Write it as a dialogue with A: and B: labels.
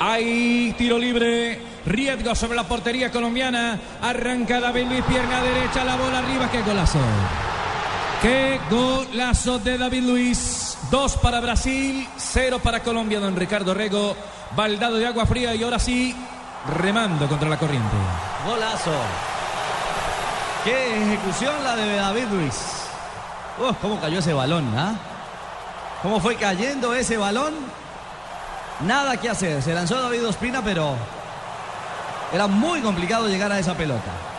A: Hay tiro libre. Riesgo sobre la portería colombiana. Arranca David Luis, pierna derecha, la bola arriba. ¡Qué golazo! ¡Qué golazo de David Luis! Dos para Brasil, cero para Colombia, don Ricardo Rego. Baldado de agua fría y ahora sí, remando contra la corriente.
B: Golazo. Qué ejecución la de David Luis. Oh, cómo cayó ese balón, ¿ah? Cómo fue cayendo ese balón. Nada que hacer. Se lanzó David Ospina, pero era muy complicado llegar a esa pelota.